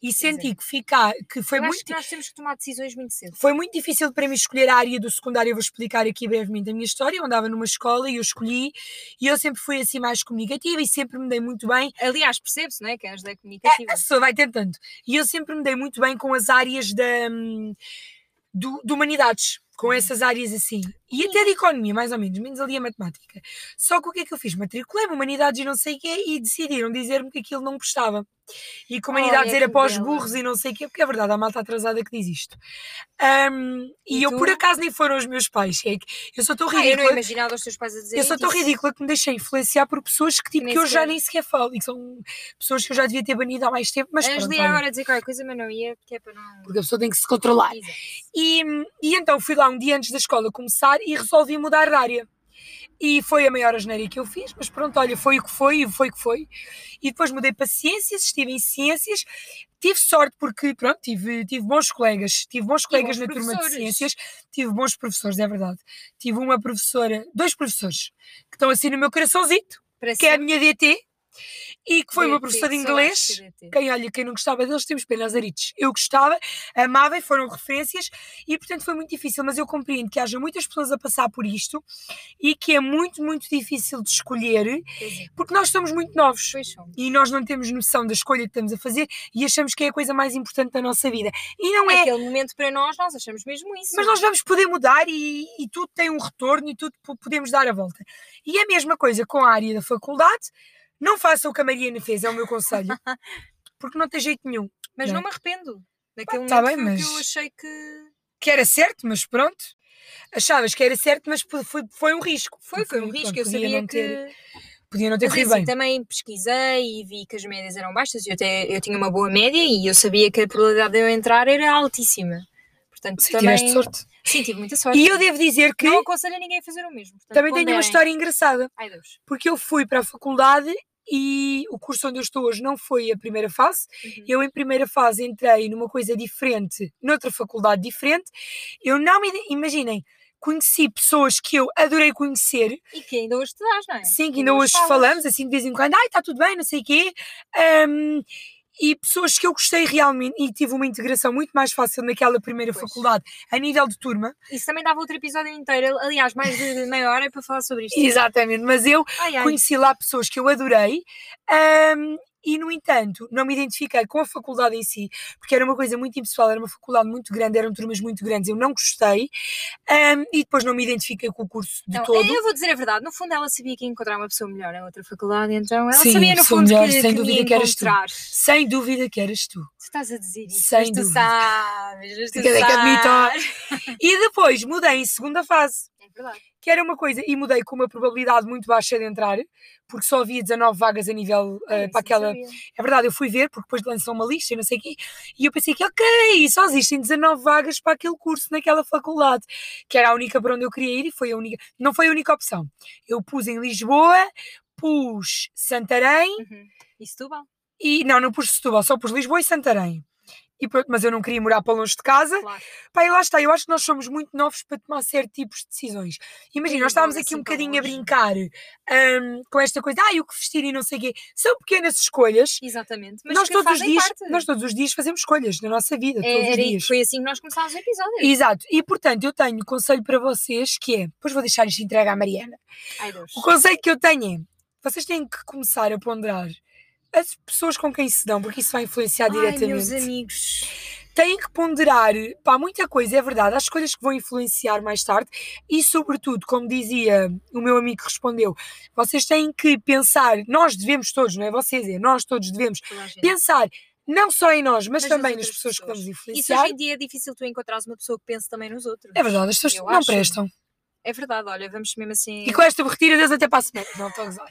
E senti que ficar, que foi é. eu acho muito que nós temos que tomar decisões muito cedo. foi muito difícil para mim escolher a área do secundário. Eu vou explicar aqui brevemente a minha história. Eu andava numa escola e eu escolhi, e eu sempre fui assim mais comunicativa e sempre me dei muito bem. Aliás, percebe-se, não é? Que a Angela é comunicativa. A pessoa vai tentando. E eu sempre me dei muito bem com as áreas da, hum, do, de humanidades, Uhum. com essas áreas assim. E até de economia, mais ou menos, menos ali a matemática. Só que o que é que eu fiz? Matriculei-me, humanidades e não sei o quê, e decidiram dizer-me que aquilo não me gostava. E que humanidades Olha era que para os bela. burros e não sei o quê, porque é verdade, há malta atrasada que diz isto. Hum, e E eu, por tu? acaso, nem foram os meus pais. É que eu sou tão Ah, eu não ridícula. imaginava os teus pais a dizer Eu sou tão ridícula que me deixei influenciar por pessoas que, tipo, nem que eu já sequer- nem sequer falo e que são pessoas que eu já devia ter banido há mais tempo, mas Mas pronto, Angela ia olha, agora dizer qualquer coisa, mas não ia, porque é para não. porque a pessoa tem que se controlar. Exato. E, e então fui lá um dia antes da escola começar e resolvi mudar de área. E foi a maior asneira que eu fiz, mas pronto, olha, foi o que foi e foi o que foi. E depois mudei para ciências, estive em ciências. Tive sorte porque, pronto, tive, tive bons colegas. Tive bons colegas bons na turma de professores. ciências. Tive bons professores, é verdade. Tive uma professora, dois professores, que estão assim no meu coraçãozito Para que é a sempre. minha DT, e que foi uma professora de inglês. Quem olha, quem não gostava deles, temos pena, os aritos. Eu gostava, amava e foram referências e, portanto, foi muito difícil, mas eu compreendo que haja muitas pessoas a passar por isto e que é muito, muito difícil de escolher porque nós somos muito novos e nós não temos noção da escolha que estamos a fazer e achamos que é a coisa mais importante da nossa vida. E não é. Aquele momento para nós, nós achamos mesmo isso. Mas nós vamos poder mudar e, e tudo tem um retorno e tudo po- podemos dar a volta. E a mesma coisa com a área da faculdade. Não façam o que a Mariana fez, é o meu conselho. Porque não tem jeito nenhum. Mas não, Não. me arrependo. Daquele tá momento bem, foi o que eu mas- achei que. Que era certo, mas pronto. Achavas que era certo, mas po- foi, foi um risco. Foi, foi um risco, pronto, eu podia sabia não que. ter- podia não ter Mas corrido assim, bem. também pesquisei e vi que as médias eram baixas e eu, até, eu tinha uma boa média e eu sabia que a probabilidade de eu entrar era altíssima. Portanto, Sim, também. tiveste sorte. Sim, tive muita sorte. E eu devo dizer que Não aconselho a ninguém a fazer o mesmo. portanto, também tenho uma ponderem. história engraçada. Ai Deus. porque eu fui para a faculdade e o curso onde eu estou hoje não foi a primeira fase. Uhum. Eu, em primeira fase, entrei numa coisa diferente, noutra faculdade diferente. Eu não me. Imaginem, conheci pessoas que eu adorei conhecer, E que ainda hoje te dás, não é? sim, que ainda hoje falas. falamos, assim de vez em quando, ai, está tudo bem, não sei o quê. Ahm, e pessoas que eu gostei realmente e tive uma integração muito mais fácil naquela primeira Pois. faculdade, a nível de turma. Isso também dava outro episódio inteiro, aliás, mais de meia hora é para falar sobre isto. Exatamente, mas eu Ai, ai. conheci lá pessoas que eu adorei ahm, e, no entanto, não me identifiquei com a faculdade em si, porque era uma coisa muito impessoal, era uma faculdade muito grande, eram turmas muito grandes, eu não gostei ahm, e depois não me identifiquei com o curso de Não, é todo. Então, Eu vou dizer a verdade, no fundo ela sabia que ia encontrar uma pessoa melhor em outra faculdade, então ela Sim, sabia no pessoa fundo melhor, que, sem que me dúvida ia que eras tu. encontrar. Sem dúvida que eras tu. Tu estás a dizer isso, Sem mas tu dúvida. sabes, mas tu Quer dizer que admito. sabes. E depois mudei em segunda fase, É verdade. que era uma coisa, e mudei com uma probabilidade muito baixa de entrar, porque só havia 19 vagas a nível ah, Olha, para isso não aquela sabia. É verdade, eu fui ver, porque depois lançou uma lista e não sei o quê, e eu pensei que, ok, só existem 19 vagas para aquele curso naquela faculdade, que era a única para onde eu queria ir e foi a única, não foi a única opção. Eu pus em Lisboa, pus Santarém Uhum. Isso tu bom, e, não, não pus Setúbal, só pus Lisboa e Santarém. E pronto, mas eu não queria morar para longe de casa. claro. Pá, e lá está, eu acho que nós somos muito novos para tomar certo tipos de decisões. Imagina, Sim, nós estávamos logo aqui um assim para bocadinho a longe. brincar hum, com esta coisa, ah, e o que vestir e não sei o quê. São pequenas escolhas Exatamente. Mas nós que todos os fazem dias, parte. nós todos os dias fazemos escolhas na nossa vida, É, todos os era- dias. Foi assim que nós começámos o episódio. Exato. E portanto, eu tenho um conselho para vocês que é, depois vou deixar isto entregue à Mariana. Ai Deus. O conselho que eu tenho é, vocês têm que começar a ponderar as pessoas com quem se dão, porque isso vai influenciar Ai, meus diretamente. amigos. Têm que ponderar, pá, muita coisa, é verdade, as escolhas que vão influenciar mais tarde e, sobretudo, como dizia o meu amigo que respondeu, vocês têm que pensar, nós devemos todos, não é vocês, é nós todos devemos toda a gente. pensar não só em nós, mas, Mas nas também nas outras pessoas, que pessoas. vamos Isso influenciar. hoje em dia é difícil tu encontrares uma pessoa que pense também nos outros. É verdade, as pessoas Eu não acho. prestam. É verdade, olha, vamos mesmo assim. E com esta retira, Deus até para a semana. Não, estou a gozar.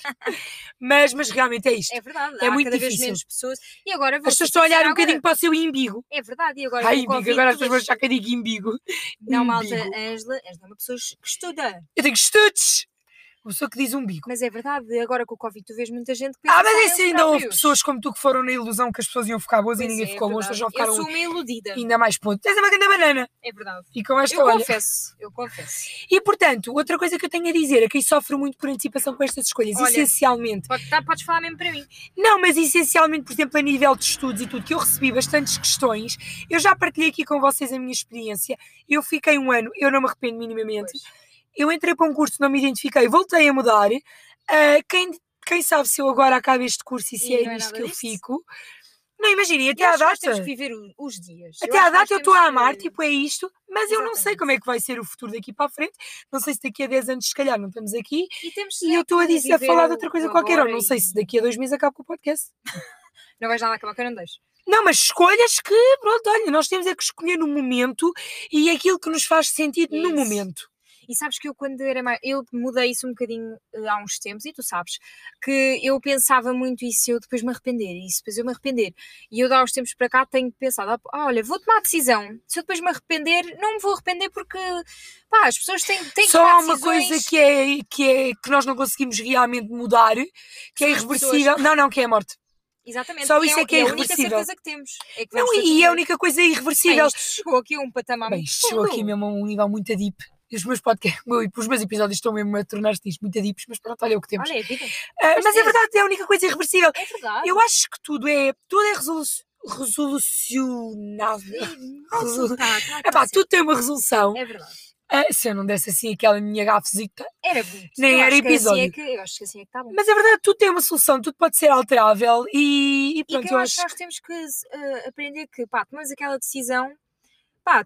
mas, mas realmente é isto. É verdade, É há muito cada vez difícil. menos pessoas. E agora vou as pessoas estão a olhar um agora- bocadinho para o seu imbigo. É verdade, e agora. Ai, vou imbigo, convidar agora as pessoas vão todas- achar que eu digo imbigo. Não, malta, umbigo. a Angela, a Angela é uma pessoa que estuda. Eu digo estudos. Uma pessoa que diz umbigo. Mas é verdade, agora com o Covid tu vês muita gente que pensa Ah, mas só é neles assim, ainda houve próprios. pessoas como tu que foram na ilusão que as pessoas iam ficar boas Pois e ninguém é, é ficou boa, as pessoas verdade. já ficaram Eu sou uma iludida, ainda mais ponto. Tens uma grande banana. é verdade. E com esta, Eu olha. confesso, eu confesso. E portanto, outra coisa que eu tenho a dizer é quem sofre muito por antecipação com estas escolhas, Olha. essencialmente. Pode, tá, podes falar mesmo para mim. Não, mas essencialmente, por exemplo, a nível de estudos e tudo, que eu recebi bastantes questões, eu já partilhei aqui com vocês a minha experiência. Eu fiquei um ano, eu não me arrependo minimamente. Pois. Eu entrei para um curso, não me identifiquei, voltei a mudar. Ah, quem, quem sabe se eu agora acabo este curso e se E é não é nisto nada que eu disso? fico. Não, imaginem, até Eu à acho que nós data. Temos que viver o- os dias. Até acho à que nós data eu estou temos a que- amar, tipo, é isto, mas eu não sei como é que vai ser o futuro daqui para a frente. Não sei se daqui a 10 anos, se calhar, não estamos aqui. E, temos E eu é estou a, que dizer, a viver falar de o- outra coisa o qualquer, ou agora não sei se e- daqui a dois meses acabo com o podcast. Não vais nada acabar que eu não deixo. Não, mas escolhas que, pronto, olha, nós temos é que escolher no momento e aquilo que nos faz sentido no Isso. momento. E sabes que eu quando era mais... Eu mudei isso um bocadinho eh, há uns tempos, e tu sabes, que eu pensava muito isso eu depois me arrepender, e isso depois eu me arrepender. E eu de há uns tempos para cá tenho pensado, "Ah, pá, olha, vou tomar a decisão. Se eu depois me arrepender, não me vou arrepender porque, pá, as pessoas têm, têm que Só há tomar uma decisões. coisa que é, que é que nós não conseguimos realmente mudar, que é São as pessoas. irreversível. Não, não, que é a morte. Exatamente. Só isso é que é a única irreversível. certeza que temos. É que Não, vamos e, todos e é a morrer. única coisa Bem, irreversível. isto chegou aqui a um patamar Bem, muito isto chegou aqui fundo. mesmo a um nível muito deep. E os meus podcasts, os meus episódios estão mesmo a tornar-se disto muito adipos, mas pronto, olha o que temos. Olha, é vida. Ah, mas mas é tens- verdade, é a única coisa irreversível. É verdade. Eu acho que tudo é, tudo é resolu resolucionável. Nossa, tá, tá, tá, Epá, sim. tudo tem uma resolução. É verdade. Ah, se eu não desse assim aquela minha gafezita. Era bonito. Nem Eu era acho que episódio. Assim é que, eu acho que assim é que está bom. Mas é verdade, tudo tem uma solução, tudo pode ser alterável e, e E pronto, que eu eu acho que nós temos que eh, aprender que, pá, tomamos aquela decisão, pá,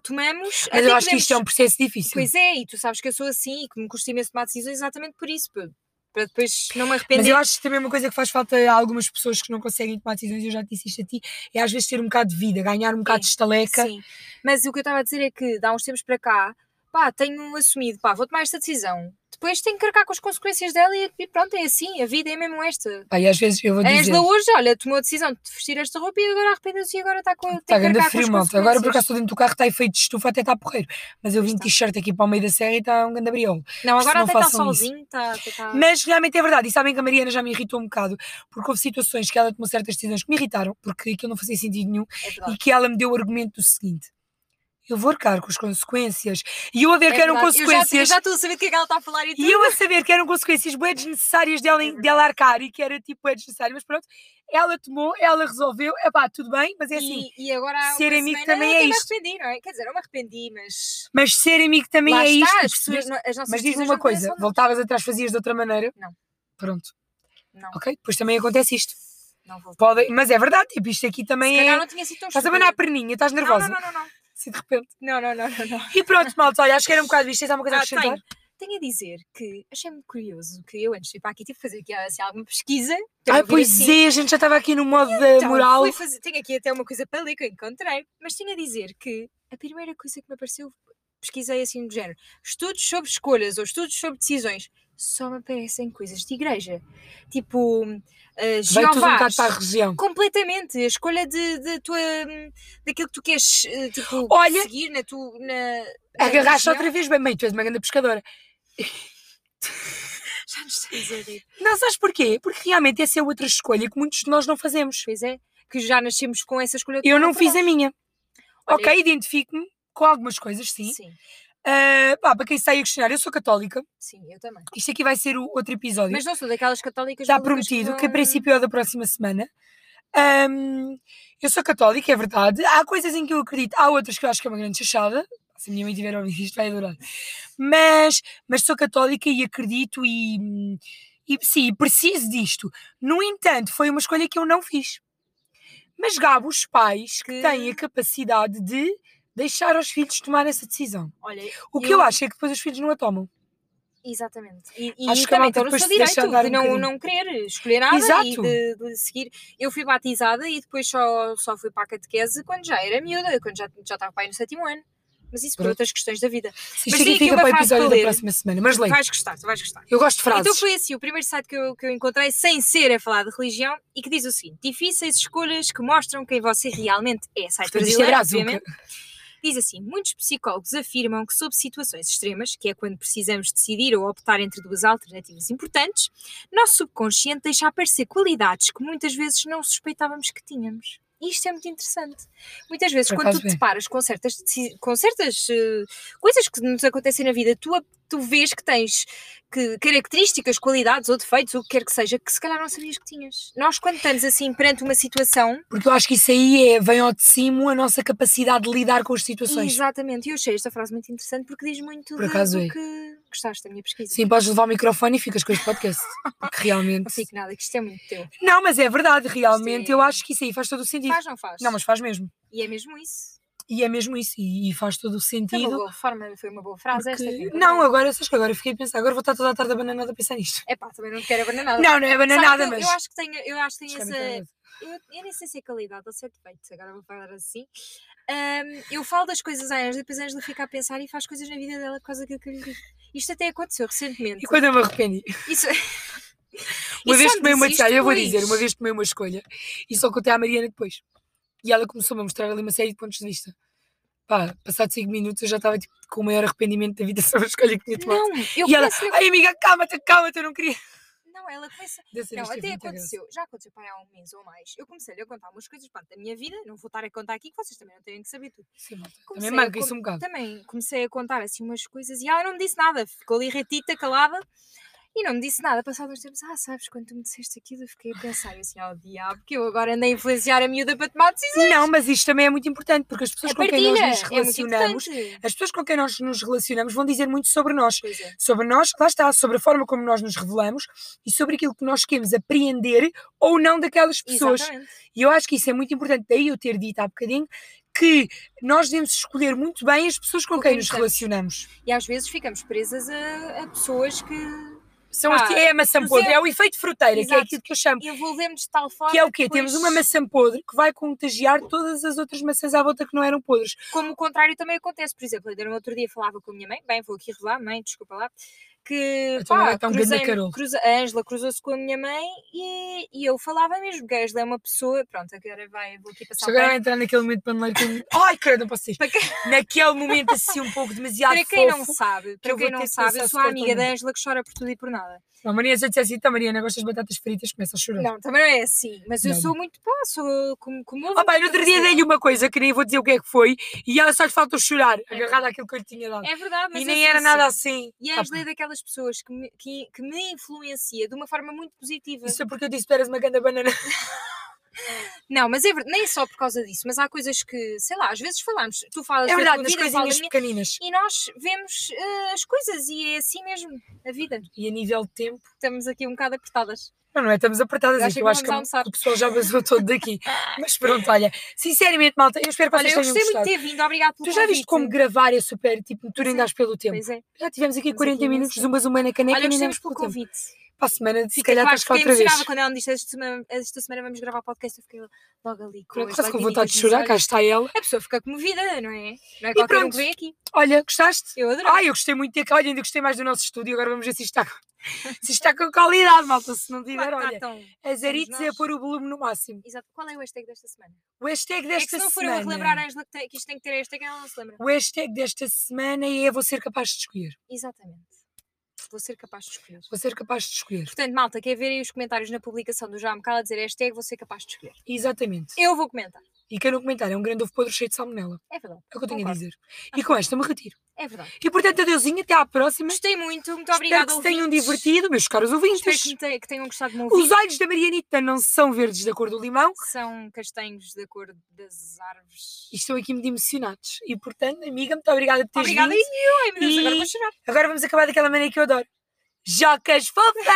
Mas tomamos. até eu acho que podemos- isto é um processo difícil. Pois é, e tu sabes que eu sou assim e que me custa imenso tomar decisões exatamente por isso, pa- para depois não me Mas arrepender. eu acho que também uma coisa que faz falta a algumas pessoas que não conseguem tomar decisões, eu já te disse isto a ti, é às vezes ter um bocado de vida, ganhar um bocado de estaleca. Sim. Mas o que eu estava a dizer é que, de há uns tempos para cá, pá, tenho assumido, pá, vou tomar esta decisão. Depois tenho que arcar com as consequências dela e, e pronto, é assim, a vida é mesmo esta. Pá, e às vezes eu vou A dizer, Angela hoje, olha, tomou a decisão de vestir esta roupa e agora arrependeu-se e agora está com está tem a que grande arcar com as frio, malta. Agora por consequências." tá. acaso estou dentro do carro, está efeito de estufa, até está porreiro. Mas eu vim de Está. t-shirt aqui para o meio da serra e está um grande abriol. Não, agora não até está façam isso. sozinho, tá, está. até está- Mas realmente é verdade, e sabem que a Mariana já me irritou um bocado, porque houve situações que ela tomou certas decisões que me irritaram, porque aquilo não fazia sentido nenhum, É e verdade. que ela me deu o argumento do seguinte: eu vou arcar com as consequências, e eu a ver É que eram verdade. Eu já- Eu consequências, já estou a saber do que é que ela está a falar e tudo. e eu a saber que eram consequências bem desnecessárias dela, em- É verdade. dela arcar, e que era tipo, é desnecessário, mas pronto, ela tomou, ela resolveu, é pá, tudo bem, mas é assim. E, e agora há ser uma amigo semana também eu é até me isto. arrependi, não é? Quer dizer, eu me arrependi, mas. Mas ser amigo também lá é está, isto, as pessoas, percebeste? não- as nossas mas diz-me decisões uma não podem coisa: ser nossas. voltavas atrás, fazias de outra maneira? Não. Pronto, Não, ok? Pois também acontece isto. não vou. Podem- mas é verdade, tipo, isto aqui também Se é. calhar não tinha sido tão Estás a estúpida. banar a perninha, estás nervosa. Não, não, não, não. Assim de repente. Não, não, não, não. não. E pronto, malta, olha, acho que era um bocado isto. Tens alguma coisa a Ah, tenho. acrescentar? Tenho a dizer que achei muito curioso que eu antes de ir para aqui tive que fazer aqui assim, alguma pesquisa. assim, Ai, pois é, a gente já estava aqui no modo da moral. Então, tenho aqui até uma coisa para ler que eu encontrei. Mas tinha a dizer que a primeira coisa que me apareceu, pesquisei assim do género: estudos sobre escolhas ou estudos sobre decisões. Só me aparecem coisas de igreja. Tipo, uh, Vai tudo um Jeovás. bocado para a região. Completamente, a escolha de, de tua, hum, daquilo que tu queres eh, tipo, Olha- seguir na tua. Na, na Agarraste religião. outra vez, bem, mãe, tu és uma grande pescadora. Já nos estamos a rir. Não, sabes porquê? Porque realmente essa é outra escolha que muitos de nós não fazemos. Pois é, que já nascemos com essa escolha. Eu tomada não por fiz a nós. minha. Olha, Ok, identifico-me com algumas coisas, sim. Sim, Ah, pá, para quem sai a questionar, eu sou católica. sim, eu também. Isto aqui vai ser o outro episódio. Mas não sou daquelas católicas. Está malucas prometido, que a vão- princípio é o da próxima semana. Ahm, eu sou católica, é verdade. Há coisas em que eu acredito, há outras que eu acho que é uma grande chachada. Se a minha mãe tiver a ouvir isto, vai adorar. Mas, mas sou católica e acredito e, e sim, e preciso disto. No entanto, foi uma escolha que eu não fiz. Mas gabo os pais que Que- têm a capacidade de deixar os filhos tomar essa decisão. Olha, O que eu, acho é que depois os filhos não a tomam. Exatamente. E, e Acho que a também malta estou no depois seu se deixa direito andar de um não, bocadinho. não querer escolher nada e Exato. de, de seguir. Eu fui batizada e depois só, só fui para a catequese quando já era miúda, quando já, já estava para aí no sétimo ano. Mas isso por Pronto. outras questões da vida. Mas Isto tem aqui aqui fica uma para o frase para episódio da ler. próxima semana. Mas leio. Vais gostar, tu vais gostar. Eu gosto de frases. Então foi assim, o primeiro site que eu, que eu encontrei, sem ser a falar de religião, e que diz o seguinte: difíceis escolhas que mostram quem você realmente é. Site Portanto, isto é brasileiro, brazuca. obviamente. Diz assim: muitos psicólogos afirmam que, sob situações extremas, que é quando precisamos decidir ou optar entre duas alternativas importantes, nosso subconsciente deixa aparecer qualidades que muitas vezes não suspeitávamos que tínhamos. E Isto é muito interessante. Muitas vezes, Por quando acaso tu te é. deparas com certas, deci- com certas eh, coisas que nos acontecem na vida, tu, a- tu vês que tens que, características, qualidades ou defeitos, o que quer que seja, que se calhar não sabias que tinhas. Nós, quando estamos assim perante uma situação, Porque eu acho que isso aí é, vem ao de cima a nossa capacidade de lidar com as situações. Exatamente, e eu achei esta frase muito interessante porque diz muito Por de- acaso do é. que gostaste da minha pesquisa. Sim, podes levar o microfone e ficas com este podcast. Porque Não realmente. fico nada, que isto é muito teu. Não, mas é verdade, realmente. Sim. Eu acho que isso aí faz todo o sentido. Faz, não faz? Não, mas faz mesmo. E é mesmo isso. E é mesmo isso. E, e faz todo o Foi uma sentido. boa forma, foi uma boa frase Então, esta. porque- que eu Não, encontrei. agora, sabes que agora eu fiquei a pensar. Agora vou estar toda a tarde abananada a pensar nisto. Epá, É também não te quero abandonar. Não, não é nada abananada, eu, mas. eu acho Ah. que tenho, eu acho que tenho Acho que essa. é muito Eu, eu nem sei se é qualidade ou se é defeito, agora vou falar assim. Ahm, eu falo das coisas à Angela, depois a Angela fica a pensar e faz coisas na vida dela por causa daquilo que eu lhe digo. Isto até aconteceu recentemente. E quando eu me arrependi? Isso... Uma Isso vez já me tomei uma disse isto, escolha, eu vou pois. dizer, uma vez tomei uma escolha e só contei à Mariana depois. E ela começou-me a mostrar ali uma série de pontos de vista. Pá, passado 5 minutos eu já estava tipo, com o maior arrependimento da vida sobre a escolha que tinha tomado. Não, eu e ela, conheço-lhe- ai amiga, calma-te, calma-te, eu não queria. Não, não, ela começa. Dessa Não, vez teve até muita graça. aconteceu, já aconteceu para aí há um mês ou mais. Eu comecei-lhe a contar umas coisas pronto, da minha vida, não vou estar a contar aqui que vocês também não têm que saber tudo. Sim, malta. Comecei Também a manca isso con- um bocado. Também comecei a contar assim umas coisas e ela não me disse nada, ficou ali retita, calada e não me disse nada. Passado uns tempos, ah, sabes, quando tu me disseste aquilo, eu fiquei a pensar eu assim, oh diabo, que eu agora andei a influenciar a miúda para tomar decisões. Não, mas isto também é muito importante, porque as pessoas A com quem nós partilha nos é muito relacionamos, importante. as pessoas com quem nós nos relacionamos vão dizer muito sobre nós. Pois é. Sobre nós, lá está, sobre a forma como nós nos revelamos e sobre aquilo que nós queremos apreender ou não daquelas pessoas. Exatamente. E eu acho que isso é muito importante, daí eu ter dito há bocadinho que nós devemos escolher muito bem as pessoas com Com quem quem nos estamos. relacionamos. E às vezes ficamos presas a, a pessoas que São Ah, as- é a maçã mas podre, é- é o efeito fruteira, que é Exato. aquilo que eu chamo. envolvemos de tal forma Que é o quê? que Temos depois- uma maçã podre que vai contagiar todas as outras maçãs à volta que não eram podres. Como o contrário também acontece. Por exemplo, ainda no outro dia falava com a minha mãe, bem, vou aqui revelar, mãe, desculpa lá, que A tua mãe pá, está um grande cruzei-me- macarolo. cruza- a Ângela cruzou-se com a minha mãe e, e eu falava mesmo que a Ângela é uma pessoa, pronto, agora vai, vou aqui passar Isto agora é para- vai entrar naquele momento paneleiro que eu... Ai, credo, não posso ir. Para quem- Naquele momento assim um pouco demasiado Para quem não fofo. sabe, para eu vou quem não ter que sabe, lançar eu esse sou a corte amiga ao da mundo. Ângela que chora por tudo e por nada. A Maria já disse assim, então Mariana, gostas de batatas fritas? Começa a chorar. Não, também não é assim, mas eu Não. sou muito pá, sou como como Oh, pá, no outro dia dei-lhe uma coisa que nem vou dizer o que é que foi e ela só lhe faltou chorar, agarrada àquilo que eu lhe tinha dado. É verdade, um mas e eu nem sou era nada assim. assim. E a Ângela é daquelas pessoas que me, que, que me influencia de uma forma muito positiva. Isso é porque eu disse que tu eras uma ganda banana. Não, mas é verdade, nem só por causa disso, mas há coisas que, sei lá, às vezes falamos, tu falas É verdade, da tua nas vida, eu falo da coisinhas minha, pequeninas. e nós vemos eh, as coisas e é assim mesmo a vida. E a nível de tempo. Estamos aqui um bocado apertadas. Não, não é? Estamos apertadas Eu aqui. acho Eu que acho que vamos almoçar. o pessoal já basou todo daqui. Mas pronto, olha. Sinceramente, malta, eu espero que Olha, vocês eu tenham gostei muito gostado. de ter vindo, obrigado pelo Tu já viste convite. como gravar é super, tipo, tu nem é, dás pelo tempo. Pois é. Já tivemos aqui Temos 40 aqui minutos, imenso. zumbas uma na caneca Olha, e nem demos gostamos pelo pelo tempo. convite. Para a semana, se Fiquei, calhar claro, estás cá fiquei outra vez. emocionada quando ela me disse esta semana, esta semana vamos gravar podcast, eu fiquei logo ali com Por as acaso com lagriminhas vontade de nos chorar, cá olhos. está ela. A pessoa fica comovida, não é? Não é qualquer um pronto. que vem aqui. Olha, gostaste? Eu adoro. Ai, eu gostei muito de ter cá. Olha, ainda gostei mais do nosso estúdio. Agora vamos ver se isto está, se isto está com qualidade, malta. Se não tiver, olha. A Zarites é a Então, nós. pôr o volume no máximo. Tá, Exato. Qual é o hashtag desta semana? O hashtag É que desta se não for eu a semana. relembrar é a Angela que, tem- que isto tem que ter hashtag, ela não se lembra. O hashtag desta semana é vou ser capaz de escolher. Exatamente. Vou ser capaz de escolher. Vou ser capaz de escolher. Portanto, malta, quer ver aí os comentários na publicação do Jam Cala dizer hashtag, vou ser capaz de escolher. Exatamente. Eu vou comentar. E quem não comentar é um grande ovo podre cheio de salmonela. É verdade. É o que eu tenho a Concordo. Tá dizer. E com esta me retiro. É verdade. E portanto, adeusinho, até à próxima. Gostei muito, muito Espero obrigada. que se tenham ouvintes. divertido, meus caros Espero que, ouvintes. me te- que tenham gostado de me ouvir. Os olhos da Marianita não são verdes da cor do limão São castanhos da cor das árvores. e estão aqui muito emocionados. E portanto, amiga, muito obrigada por teres Obrigada. vindo. E eu, ai meu Deus, agora E- vou chorar. Agora vamos acabar daquela maneira que eu adoro. Jocas fofas!